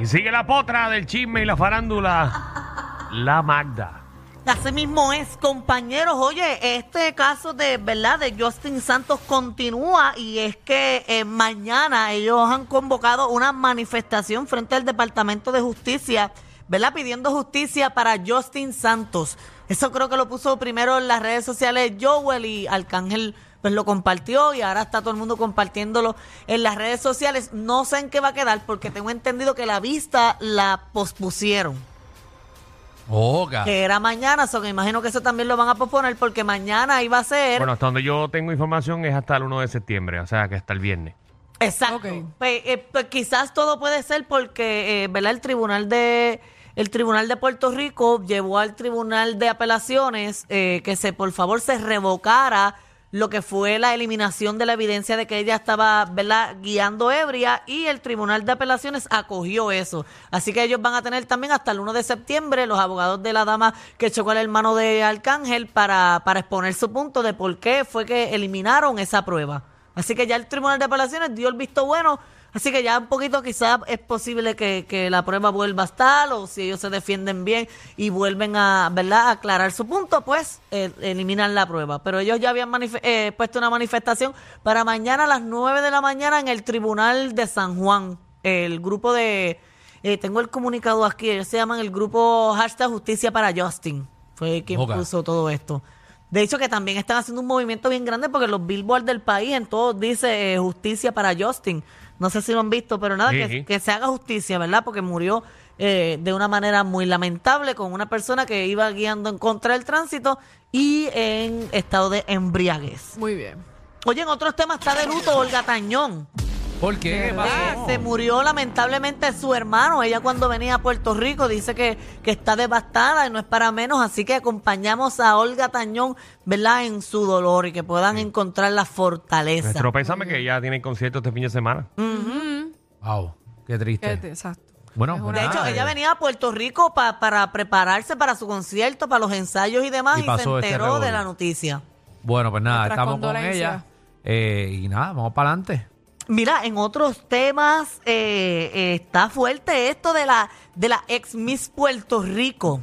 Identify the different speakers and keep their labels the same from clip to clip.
Speaker 1: Y sigue la potra del chisme y la farándula, la Magda.
Speaker 2: Así mismo es, compañeros. Oye, este caso de, ¿verdad? De Justin Santos continúa y es que eh, mañana ellos han convocado una manifestación frente al Departamento de Justicia, ¿verdad? Pidiendo justicia para Justin Santos. Eso creo que lo puso primero en las redes sociales Joel y Arcángel pues lo compartió y ahora está todo el mundo compartiéndolo en las redes sociales. No sé en qué va a quedar porque tengo entendido que la vista la pospusieron.
Speaker 3: Oga.
Speaker 2: que era mañana, so que imagino que eso también lo van a posponer porque mañana iba a ser.
Speaker 1: Bueno, hasta donde yo tengo información es hasta el 1 de septiembre, o sea que hasta el viernes.
Speaker 2: Exacto.
Speaker 3: Ok.
Speaker 2: Pues, eh, pues quizás todo puede ser porque, eh, ¿verdad? El tribunal de el tribunal de Puerto Rico llevó al tribunal de apelaciones eh, que se, por favor, se revocara lo que fue la eliminación de la evidencia de que ella estaba, ¿verdad? Guiando ebria y el tribunal de apelaciones acogió eso. Así que ellos van a tener también hasta el 1 de septiembre los abogados de la dama que chocó al hermano de Arcángel para para exponer su punto de por qué fue que eliminaron esa prueba. Así que ya el Tribunal de Apelaciones dio el visto bueno. Así que ya un poquito quizás es posible que, que la prueba vuelva a estar o si ellos se defienden bien y vuelven a ¿verdad? a aclarar su punto, pues eh, eliminan la prueba. Pero ellos ya habían manife- eh, puesto una manifestación para mañana a las 9 de la mañana en el Tribunal de San Juan. El grupo de... eh, tengo el comunicado aquí, ellos se llaman el grupo hashtag justicia para Justin. Fue quien
Speaker 3: Oga.
Speaker 2: puso todo esto. De hecho, que también están haciendo un movimiento bien grande porque los billboards del país en todos dice eh, justicia para Justin. No sé si lo han visto, pero nada,
Speaker 1: Sí,
Speaker 2: que,
Speaker 1: sí.
Speaker 2: que se haga justicia, ¿verdad? Porque murió eh, de una manera muy lamentable con una persona que iba guiando en contra del tránsito y en estado de embriaguez.
Speaker 4: Muy bien.
Speaker 2: Oye, en otros temas está de luto Olga Tañón.
Speaker 3: ¿Por qué? ¿Qué
Speaker 2: Eh,
Speaker 3: pasó?
Speaker 2: se murió lamentablemente su hermano. Ella cuando venía a Puerto Rico dice que, que está devastada y no es para menos. Así que acompañamos a Olga Tañón, ¿verdad? En su dolor y que puedan encontrar la fortaleza.
Speaker 1: Nuestro pésame que ya tiene concierto este fin de semana.
Speaker 3: Wow, qué
Speaker 4: Quédate,
Speaker 3: triste.
Speaker 4: Exacto.
Speaker 3: Bueno,
Speaker 4: Es
Speaker 3: pues
Speaker 4: una-
Speaker 2: De
Speaker 3: nada,
Speaker 2: hecho, ella
Speaker 3: eh,
Speaker 2: venía a Puerto Rico pa- para prepararse para su concierto, para los ensayos y demás,
Speaker 3: Y
Speaker 2: y, se
Speaker 3: pasó este
Speaker 2: enteró de
Speaker 3: revolú.
Speaker 2: la noticia.
Speaker 3: Bueno, pues nada,
Speaker 4: Nuestras
Speaker 3: estamos con
Speaker 4: condolencias.
Speaker 3: ella. Eh, y nada, vamos para adelante.
Speaker 2: Mira, en otros temas eh, eh, está fuerte esto de la, de la ex Miss Puerto Rico.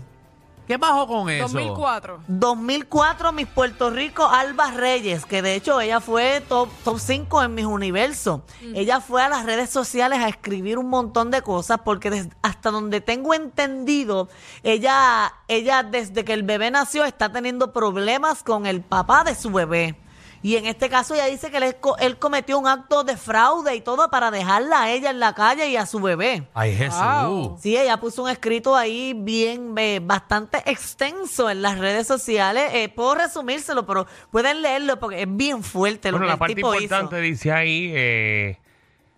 Speaker 3: ¿Qué pasó con eso?
Speaker 4: 2004.
Speaker 2: 2004 Miss Puerto Rico Alba Reyes, que de hecho ella fue top, top 5 en mis universos. Ella fue a las redes sociales a escribir un montón de cosas porque des- hasta donde tengo entendido, ella, ella desde que el bebé nació está teniendo problemas con el papá de su bebé. Y en este caso ella dice que él, esco- él cometió un acto de fraude y todo para dejarla a ella en la calle y a su bebé.
Speaker 3: Ay, Jesús.
Speaker 4: Wow.
Speaker 2: Sí, ella puso un escrito ahí bien, eh, bastante extenso en las redes sociales. Eh, puedo resumírselo, pero pueden leerlo porque es bien fuerte lo
Speaker 1: Bueno,
Speaker 2: que
Speaker 1: la
Speaker 2: el
Speaker 1: parte
Speaker 2: tipo
Speaker 1: importante
Speaker 2: hizo.
Speaker 1: dice ahí, eh,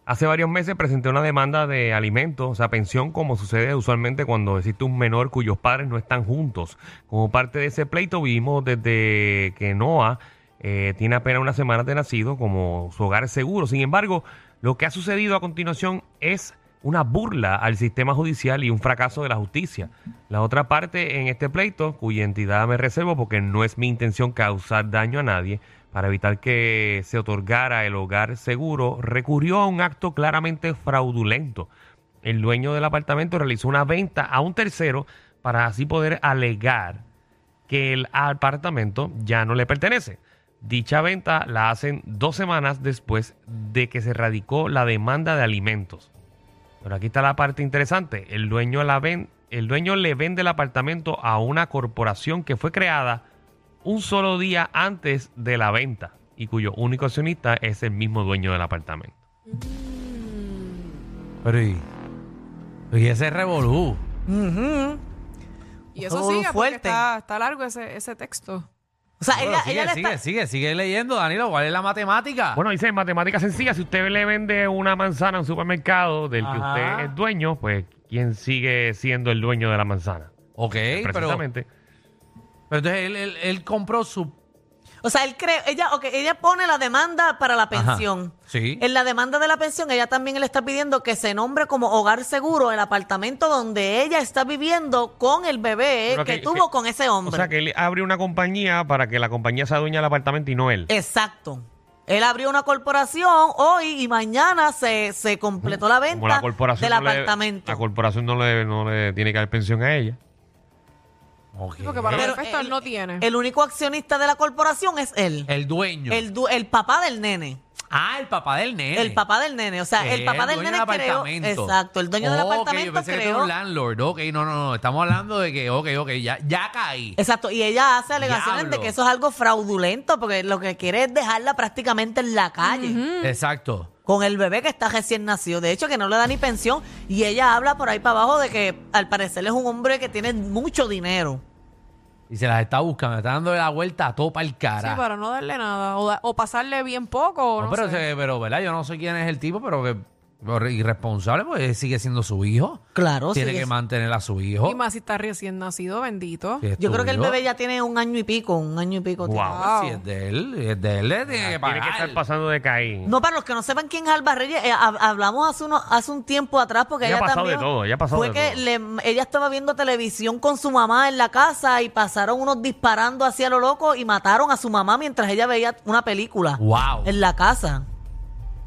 Speaker 1: hace varios meses presenté una demanda de alimentos, o sea, pensión, como sucede usualmente cuando existe un menor cuyos padres no están juntos. Como parte de ese pleito vivimos desde que Noah eh, tiene apenas unas semanas de nacido como su hogar es seguro. Sin embargo, lo que ha sucedido a continuación es una burla al sistema judicial y un fracaso de la justicia. La otra parte en este pleito, cuya entidad me reservo porque no es mi intención causar daño a nadie, para evitar que se otorgara el hogar seguro, recurrió a un acto claramente fraudulento. El dueño del apartamento realizó una venta a un tercero para así poder alegar que el apartamento ya no le pertenece. Dicha venta la hacen dos semanas después de que se radicó la demanda de alimentos. Pero aquí está la parte interesante. El dueño, la ven- el dueño le vende el apartamento a una corporación que fue creada un solo día antes de la venta y cuyo único accionista es el mismo dueño del apartamento.
Speaker 3: Pero y, y ese revolú.
Speaker 2: Ujú.
Speaker 4: Y eso
Speaker 2: Todo
Speaker 4: sigue porque
Speaker 2: fuerte.
Speaker 4: está, está largo ese, ese texto.
Speaker 2: O sea,
Speaker 3: Bueno,
Speaker 2: ella,
Speaker 3: sigue,
Speaker 2: ella le
Speaker 3: sigue,
Speaker 2: está-
Speaker 3: sigue, sigue leyendo, Danilo. ¿Cuál es la matemática?
Speaker 1: Bueno, dice en matemáticas sencillas, si usted le vende una manzana a un supermercado del que
Speaker 3: Ajá.
Speaker 1: usted es dueño, pues ¿quién sigue siendo el dueño de la manzana?
Speaker 3: ok, pero, pero
Speaker 1: eh, Precisamente.
Speaker 3: entonces él, él- él compró su...
Speaker 2: o sea, él cree, ella, ok, ella pone la demanda para la
Speaker 3: Ajá.
Speaker 2: pensión.
Speaker 3: Sí.
Speaker 2: En la demanda de la pensión, ella también le está pidiendo que se nombre como hogar seguro el apartamento donde ella está viviendo con el bebé
Speaker 1: Pero
Speaker 2: que,
Speaker 1: que-
Speaker 2: tuvo
Speaker 1: que-
Speaker 2: con ese
Speaker 1: O
Speaker 2: hombre.
Speaker 1: sea, que él abre una compañía para que la compañía sea dueña del apartamento y no él.
Speaker 2: Exacto. Él abrió una corporación hoy y mañana se, se completó la
Speaker 1: Como
Speaker 2: venta
Speaker 1: la corporación,
Speaker 2: del
Speaker 1: no le-
Speaker 2: apartamento.
Speaker 1: la corporación no le, no le tiene que dar pensión a ella.
Speaker 3: Ok.
Speaker 4: Sí, Porque para los
Speaker 2: Pero
Speaker 4: efectos
Speaker 2: el-
Speaker 4: no tiene.
Speaker 2: el único accionista de la corporación es él,
Speaker 3: El dueño.
Speaker 2: el, du- el papá del nene.
Speaker 3: Ah, el papá del nene.
Speaker 2: El papá del nene, o sea,
Speaker 3: Sí,
Speaker 2: el papá del
Speaker 3: dueño
Speaker 2: nene creó, exacto, el dueño del
Speaker 3: Oh, ok,
Speaker 2: apartamento
Speaker 3: yo pensé que tú eras
Speaker 2: creó,
Speaker 3: un landlord. Ok, no, no, no. Estamos hablando de que, ok, ok, ya, ya caí.
Speaker 2: exacto, y ella hace alegaciones
Speaker 3: Diablo.
Speaker 2: de que eso es algo fraudulento porque lo que quiere es dejarla prácticamente en la calle
Speaker 3: Mm. Exacto.
Speaker 2: con el bebé que está recién nacido, de hecho que no le da ni pensión y ella habla por ahí para abajo de que al parecer es un hombre que tiene mucho dinero.
Speaker 3: Y se las está buscando, está dando la vuelta a topa el
Speaker 4: Sí,
Speaker 3: cara.
Speaker 4: para no darle nada. O, da- o pasarle bien poco. o
Speaker 3: No,
Speaker 4: No,
Speaker 3: pero,
Speaker 4: sé.
Speaker 3: se- pero, ¿verdad? Yo no sé quién es el tipo, pero que pero irresponsable, pues sigue siendo su hijo.
Speaker 2: Claro,
Speaker 3: Tiene
Speaker 2: sí,
Speaker 3: que
Speaker 2: es-
Speaker 3: mantener a su hijo.
Speaker 4: Y más si está recién nacido, bendito.
Speaker 3: Si es
Speaker 2: Yo
Speaker 3: tu
Speaker 2: creo que el
Speaker 3: hijo,
Speaker 2: bebé ya tiene un año y pico, un año y pico. tiene.
Speaker 1: Wow.
Speaker 3: pues, Si es de él, si es de él, le tiene que
Speaker 1: Tiene que
Speaker 3: pagar.
Speaker 1: estar pasando de caín.
Speaker 2: No, para los que no sepan quién es Alba Reyes, eh, hab- hablamos hace, uno, hace un tiempo atrás porque
Speaker 1: Ella
Speaker 2: ella,
Speaker 1: ha pasado
Speaker 2: también
Speaker 1: de todo, ella ha pasado
Speaker 2: fue
Speaker 1: de
Speaker 2: que
Speaker 1: todo.
Speaker 2: le- ella estaba viendo televisión con su mamá en la casa y pasaron unos disparando hacia lo loco y mataron a su mamá mientras ella veía una película
Speaker 3: Wow.
Speaker 2: en la casa.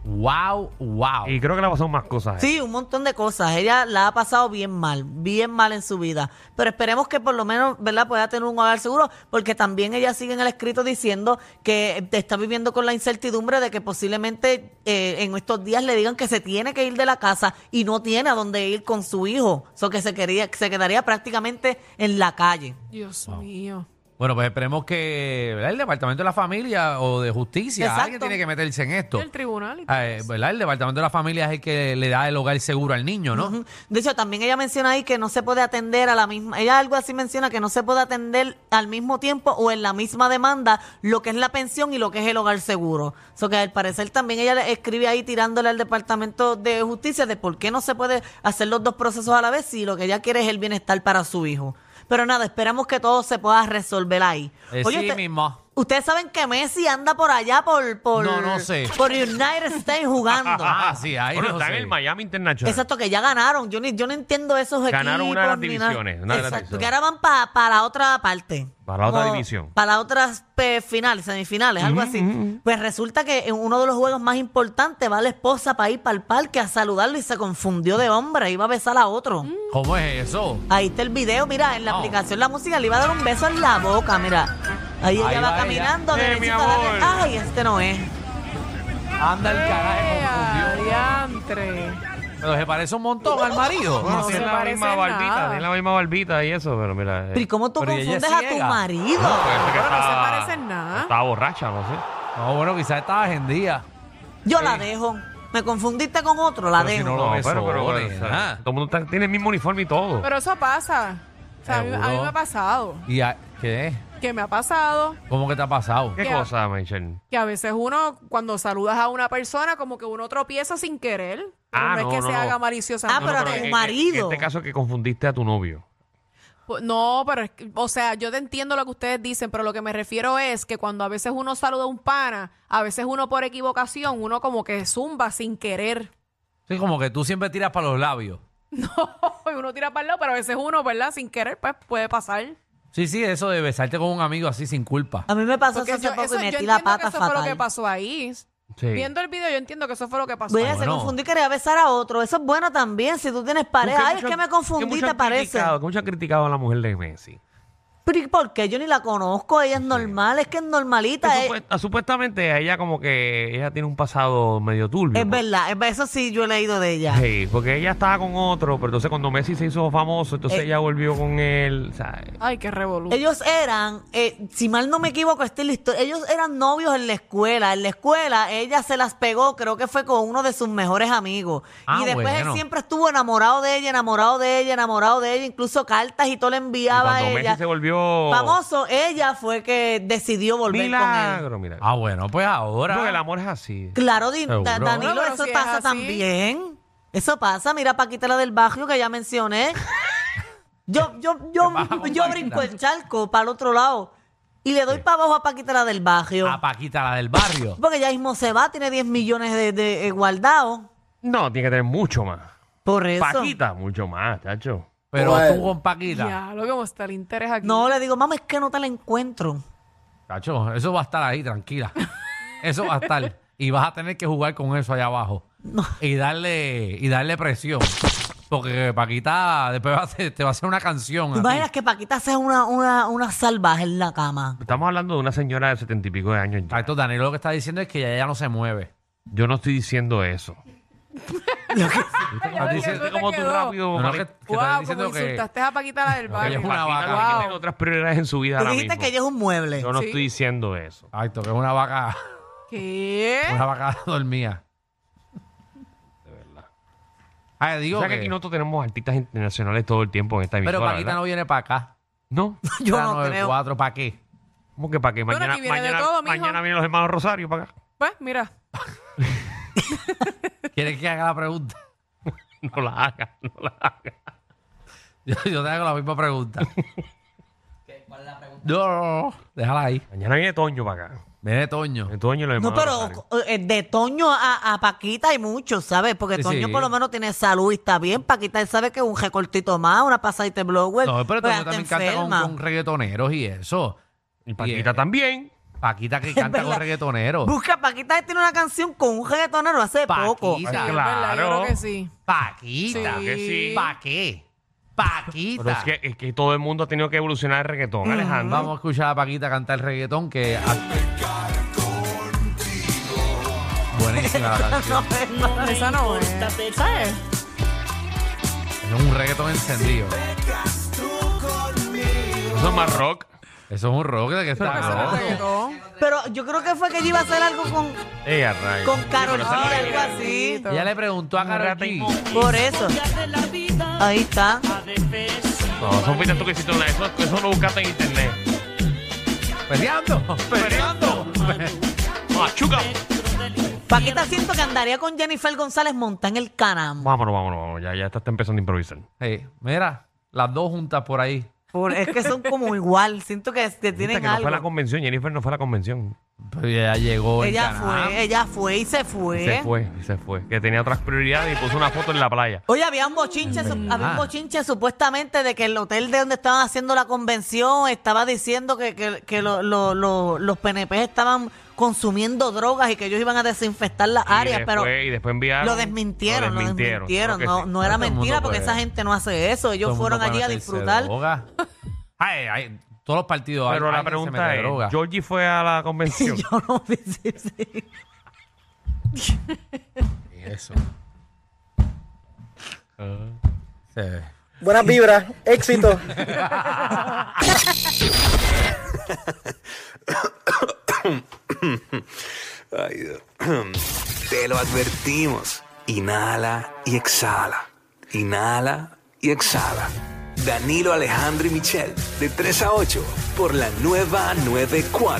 Speaker 3: Wow, wow.
Speaker 1: Y creo que le ha pasado más cosas. eh.
Speaker 2: Sí, un montón de cosas. Ella la ha pasado bien mal, bien mal en su vida. Pero esperemos que por lo menos, ¿verdad?, pueda tener un hogar seguro, porque también ella sigue en el escrito diciendo que eh, está viviendo con la incertidumbre de que posiblemente eh, en estos días le digan que se tiene que ir de la casa y no tiene a dónde ir con su hijo. O sea, que se, quería, se quedaría prácticamente en la calle.
Speaker 4: Dios mío.
Speaker 3: Bueno, pues esperemos que ¿verdad? el Departamento de la Familia o de Justicia,
Speaker 2: Exacto.
Speaker 3: alguien tiene que meterse en esto.
Speaker 4: El tribunal. y todo
Speaker 3: Eh,
Speaker 4: eso.
Speaker 3: ¿Verdad? El Departamento de la Familia es el que le da el hogar seguro al niño, ¿no?
Speaker 2: Ujú. De hecho, también ella menciona ahí que no se puede atender a la misma, ella algo así menciona que no se puede atender al mismo tiempo o en la misma demanda lo que es la pensión y lo que es el hogar seguro. O sea, que al parecer también ella le escribe ahí tirándole al Departamento de Justicia de por qué no se puede hacer los dos procesos a la vez si lo que ella quiere es el bienestar para su hijo. Pero nada, esperamos que todo se pueda resolver ahí.
Speaker 3: Eh, sí
Speaker 2: usted-
Speaker 3: mismo.
Speaker 2: Ustedes saben que Messi anda por allá por por,
Speaker 3: No, no sé.
Speaker 2: por United States jugando.
Speaker 3: Ah, sí, ahí
Speaker 1: Bueno,
Speaker 3: no
Speaker 1: está
Speaker 3: sé.
Speaker 1: en el Miami International.
Speaker 2: Exacto, que ya ganaron. Yo, ni, yo no entiendo esos
Speaker 1: Ganaron
Speaker 2: equipos.
Speaker 1: una de las
Speaker 2: ni nada.
Speaker 1: divisiones, una de las
Speaker 2: Exacto,
Speaker 1: divisiones.
Speaker 2: que ahora van para la otra parte.
Speaker 1: Para la otra
Speaker 2: Como-
Speaker 1: división. Mm,
Speaker 2: Para las otras eh, finales, semifinales, algo así. Pues resulta que en uno de los juegos más importantes va la esposa para ir para el parque a saludarlo y se confundió de hombre. Iba a besar a otro.
Speaker 3: ¿Cómo es eso?
Speaker 2: Ahí está el video, mira, en la
Speaker 3: Oh.
Speaker 2: aplicación la música le iba a dar un beso en la boca, mira. Ahí,
Speaker 3: Ahí
Speaker 2: ella
Speaker 3: va
Speaker 2: va
Speaker 3: ella.
Speaker 1: Eh,
Speaker 2: caminando,
Speaker 1: mi
Speaker 2: derechito a
Speaker 1: amor. Eh,
Speaker 2: la Ay, este no es.
Speaker 3: Anda el
Speaker 4: Eh, ¡Ea,
Speaker 3: carajo,
Speaker 4: diantre!
Speaker 3: confundido. Pero se parece un montón al marido.
Speaker 1: Bueno,
Speaker 4: No
Speaker 1: tiene
Speaker 4: se
Speaker 1: la
Speaker 4: parece
Speaker 1: misma
Speaker 4: en
Speaker 1: barbita,
Speaker 4: nada.
Speaker 1: tiene la misma barbita y eso, pero mira. eh,
Speaker 2: Pero ¿y cómo tú
Speaker 3: Pero ella es
Speaker 2: confundes a tu
Speaker 3: ciega.
Speaker 2: marido?
Speaker 1: parece que
Speaker 4: Pero no se
Speaker 1: está-
Speaker 4: parece en nada.
Speaker 1: Está borracha, no sé.
Speaker 3: No, bueno, quizás estaba agendía.
Speaker 2: Yo la dejo. Me confundiste con otro, la
Speaker 3: Pero si
Speaker 2: dejo.
Speaker 3: no lo- besó,
Speaker 1: eh. pero, pero, pero, o sea,
Speaker 3: nena.
Speaker 1: todo el mundo está- tiene el mismo uniforme y todo.
Speaker 4: Pero eso pasa. O sea, a, mí, a mí
Speaker 3: Seguro.
Speaker 4: me ha pasado.
Speaker 3: ¿Y a- qué?
Speaker 4: Que me ha pasado.
Speaker 3: ¿Cómo que te ha pasado?
Speaker 1: ¿Qué
Speaker 4: ¿qué?
Speaker 1: cosa, Michelle?
Speaker 4: Que a veces uno, cuando saludas a una persona, como que uno tropieza sin querer. Pero
Speaker 1: Ah,
Speaker 4: no,
Speaker 1: no,
Speaker 4: es que se
Speaker 1: no.
Speaker 4: haga maliciosa.
Speaker 2: Ah, pero a tu
Speaker 1: en- en- En
Speaker 2: marido.
Speaker 1: este caso que confundiste a tu novio.
Speaker 4: Pues, No, pero, es que- o sea, yo te entiendo lo que ustedes dicen, pero lo que me refiero es que cuando a veces uno saluda a un pana, a veces uno por equivocación, uno como que zumba sin querer.
Speaker 3: Sí, como que tú siempre tiras para los labios.
Speaker 4: Y uno tira para el lado, pero a veces uno, ¿verdad? Sin querer, pues puede pasar.
Speaker 3: Sí, sí, eso de besarte con un amigo así sin culpa.
Speaker 2: A mí me pasó
Speaker 4: Porque
Speaker 2: eso hace
Speaker 4: yo,
Speaker 2: poco
Speaker 4: eso-
Speaker 2: y
Speaker 4: yo
Speaker 2: metí
Speaker 4: entiendo
Speaker 2: la pata
Speaker 4: que eso fue lo que
Speaker 2: fatal.
Speaker 4: pasó ahí.
Speaker 1: Sí.
Speaker 4: Viendo el video, yo entiendo que eso fue lo que pasó.
Speaker 2: Voy
Speaker 3: Ah,
Speaker 2: se
Speaker 3: bueno.
Speaker 2: confundí y quería besar a otro. Eso es bueno también. Si tú tienes pareja, ay, es que me confundí, te parece.
Speaker 1: Que mucho han criticado a la mujer de Messi.
Speaker 2: Pero ¿y por qué? Yo ni la conozco. Ella es normal, es que es normalita.
Speaker 1: Que
Speaker 2: eh.
Speaker 1: supuest- supuestamente a ella como que ella tiene un pasado medio turbio.
Speaker 2: Es
Speaker 1: ¿no?
Speaker 2: verdad, es- eso sí yo he leído de ella.
Speaker 1: Sí, porque ella estaba con otro, pero entonces cuando Messi se hizo famoso, entonces
Speaker 2: Eh.
Speaker 1: ella volvió con él. o sea,
Speaker 4: Ay, qué revolución.
Speaker 2: Ellos eran, eh, si mal no me equivoco, esta es la historia. Ellos eran novios en la escuela. En la escuela ella se las pegó, creo que fue con uno de sus mejores amigos.
Speaker 3: Ah,
Speaker 2: y después
Speaker 3: bueno.
Speaker 2: él siempre estuvo enamorado de ella, enamorado de ella, enamorado de ella. Incluso cartas y todo le
Speaker 1: y
Speaker 2: enviaba
Speaker 1: cuando
Speaker 2: a ella.
Speaker 1: Messi se volvió
Speaker 2: Famoso, ella fue que decidió volver con él.
Speaker 1: milagro, mira.
Speaker 3: Ah, bueno, pues ahora.
Speaker 1: Porque el amor es así.
Speaker 2: Claro, Di-
Speaker 3: Seguro.
Speaker 2: Da-
Speaker 4: Bueno,
Speaker 2: Danilo,
Speaker 4: pero
Speaker 2: eso
Speaker 4: si es
Speaker 2: pasa
Speaker 4: así.
Speaker 2: también. Eso pasa. Mira, Paquita, la del barrio que ya mencioné. Yo, yo, yo,
Speaker 3: Te bajo,
Speaker 2: yo,
Speaker 3: Paquita.
Speaker 2: brinco el charco para el otro lado y le doy para abajo a Paquita, la del barrio.
Speaker 1: Ah,
Speaker 3: A Paquita, la del barrio.
Speaker 2: Porque ya mismo se va, tiene 10 millones de, de, eh, guardados.
Speaker 1: No, tiene que tener mucho más.
Speaker 2: Por eso.
Speaker 1: Paquita, mucho más, chacho.
Speaker 3: Pero
Speaker 5: Bueno.
Speaker 3: tú con Paquita.
Speaker 4: Ya, lo que me está el interés aquí.
Speaker 2: No, le digo, mamá, es que no te la encuentro.
Speaker 3: Cacho, eso va a estar ahí, tranquila. Eso va a estar. y vas a tener que jugar con eso allá abajo. Y darle, y darle presión. Porque Paquita después va a hacer- te va a hacer una canción. a
Speaker 2: ¿Te
Speaker 3: ti.
Speaker 2: imaginas que Paquita sea una, una, una salvaje en la cama?
Speaker 1: Estamos hablando de una señora de setenta y pico de años. ya.
Speaker 3: Exacto, Danilo lo que está diciendo es que ya, ya no se mueve.
Speaker 1: Yo no estoy diciendo eso.
Speaker 4: Ya
Speaker 3: Estás
Speaker 4: ves que
Speaker 3: diciendo
Speaker 4: tú te
Speaker 1: como tú
Speaker 4: quedó.
Speaker 1: rápido,
Speaker 3: No, no, que, que
Speaker 1: Paquita.
Speaker 3: estás
Speaker 4: Wow,
Speaker 3: diciendo
Speaker 4: como
Speaker 3: que-
Speaker 4: insultaste a Paquita la del
Speaker 3: que ella es
Speaker 4: barrio.
Speaker 3: una
Speaker 1: Paquita
Speaker 3: vaca.
Speaker 1: lo que
Speaker 4: Wow.
Speaker 1: tiene otras prioridades en su vida
Speaker 2: Tú
Speaker 1: ahora
Speaker 2: dijiste
Speaker 1: mismo.
Speaker 2: que ella es un mueble.
Speaker 1: Yo no
Speaker 4: Sí.
Speaker 1: estoy diciendo eso.
Speaker 3: Exacto, que es una vaca,
Speaker 4: ¿Qué?
Speaker 3: una vaca dormida. De verdad. Ay,
Speaker 1: O
Speaker 3: Ah, digo
Speaker 1: sea que
Speaker 3: que-
Speaker 1: aquí nosotros tenemos artistas internacionales todo el tiempo en esta emisora.
Speaker 3: pero Paquita
Speaker 1: ¿verdad?
Speaker 3: no viene para acá.
Speaker 1: no.
Speaker 2: Yo
Speaker 3: La
Speaker 2: no creo.
Speaker 3: 94, ¿para qué?
Speaker 1: ¿Cómo que para qué?
Speaker 4: Bueno,
Speaker 1: Mañana,
Speaker 4: aquí viene de
Speaker 1: mañana,
Speaker 4: todo, mijo.
Speaker 1: mañana vienen los hermanos Rosario para acá.
Speaker 4: Pues mira,
Speaker 3: ¿Quieres que haga la pregunta?
Speaker 1: No la haga, no la haga.
Speaker 3: Yo, yo te hago la misma pregunta. ¿Cuál es la pregunta? No, no, no, déjala ahí.
Speaker 1: Mañana viene Toño para acá.
Speaker 3: Viene Toño.
Speaker 1: Viene Toño y los
Speaker 2: No,
Speaker 1: hermanos Rosario.
Speaker 2: pero eh, de Toño a, a Paquita hay mucho, ¿sabes? Porque
Speaker 3: Sí,
Speaker 2: Toño
Speaker 3: sí.
Speaker 2: por lo menos tiene salud y está bien. Paquita él sabe que un recortito más, una pasadita de blower.
Speaker 3: No, pero
Speaker 2: pues,
Speaker 3: Toño
Speaker 2: hasta
Speaker 3: también canta con,
Speaker 2: enferma.
Speaker 3: con reggaetoneros y eso.
Speaker 1: Y Paquita
Speaker 3: Yeah.
Speaker 1: también.
Speaker 3: Paquita que canta con
Speaker 2: verdad.
Speaker 3: reggaetoneros.
Speaker 2: Busca, Paquita tiene una canción con un reggaetonero hace
Speaker 3: Paquita.
Speaker 2: poco.
Speaker 4: sí, es
Speaker 1: claro.
Speaker 4: verdad, yo creo que sí.
Speaker 3: Paquita.
Speaker 1: Claro que sí.
Speaker 3: ¿Para qué? Paquita.
Speaker 1: Pero es que, es que todo el mundo ha tenido que evolucionar el reggaetón, Alejandro.
Speaker 3: Vamos a escuchar a Paquita cantar reggaetón que... Buenísima la canción.
Speaker 4: No, esa no es. ¿Sabes?
Speaker 3: Es un reggaetón encendido.
Speaker 1: Eso es más rock.
Speaker 3: Eso es un rock de que está...
Speaker 4: Eso no es reggaetón.
Speaker 2: Pero yo creo que fue que ella iba a hacer algo con,
Speaker 1: Eh, a rayos.
Speaker 2: con Karol G,
Speaker 4: Ay,
Speaker 2: algo así.
Speaker 4: bendito.
Speaker 3: Ella le preguntó a Karol G.
Speaker 2: Por eso. Ahí está.
Speaker 1: No, son pistas tú que hiciste una. Eso, eso lo buscaste en internet.
Speaker 3: Peleando. Peleando.
Speaker 1: ¡Machuca!
Speaker 2: Paquita siento que andaría con Jennifer González monta en el Canam.
Speaker 1: Vámonos, vámonos, vámonos. Ya, ya esta está empezando a improvisar.
Speaker 3: Sí, mira, las dos juntas por ahí.
Speaker 2: Por- es que son como igual. Siento que, que
Speaker 1: Viste
Speaker 2: tienen
Speaker 1: que no fue a la
Speaker 2: algo.
Speaker 1: convención. Jennifer no fue a la convención.
Speaker 3: Pero Pues ya llegó. el
Speaker 2: Ella
Speaker 3: canal.
Speaker 2: fue, ella fue y se fue.
Speaker 1: Se fue, se fue. Que tenía otras prioridades y puso una foto en la playa.
Speaker 2: Oye, había un bochinche,
Speaker 3: Es
Speaker 2: su-
Speaker 3: verdad.
Speaker 2: había un bochinche supuestamente de que el hotel de donde estaban haciendo la convención estaba diciendo que, que- que lo- lo- lo- los PNP estaban consumiendo drogas y que ellos iban a desinfectar las
Speaker 1: y
Speaker 2: áreas,
Speaker 1: después,
Speaker 2: pero
Speaker 1: Y después enviaron.
Speaker 2: lo desmintieron, lo desmintieron.
Speaker 1: creo
Speaker 2: No,
Speaker 1: que sí.
Speaker 2: no era
Speaker 3: Todo el mundo
Speaker 2: mentira porque
Speaker 3: puede.
Speaker 2: esa gente no hace eso.
Speaker 3: Todo
Speaker 2: Ellos
Speaker 3: el mundo
Speaker 2: fueron
Speaker 3: puede
Speaker 2: allí a
Speaker 3: meterse
Speaker 2: disfrutar.
Speaker 3: droga. Ay, ay, todos los partidos.
Speaker 1: Pero
Speaker 3: ay,
Speaker 1: la
Speaker 3: alguien se
Speaker 1: pregunta
Speaker 3: mete
Speaker 1: es:
Speaker 3: droga.
Speaker 1: ¿Georgie fue a la convención?
Speaker 2: Yo no vi si- si-
Speaker 3: Eso. Sí.
Speaker 5: Buenas vibras, éxito.
Speaker 6: Ay, Dios. Te lo advertimos. Inhala y exhala. Inhala y exhala. Danilo Alejandro y Michel, de 3 a 8, por la nueva 94.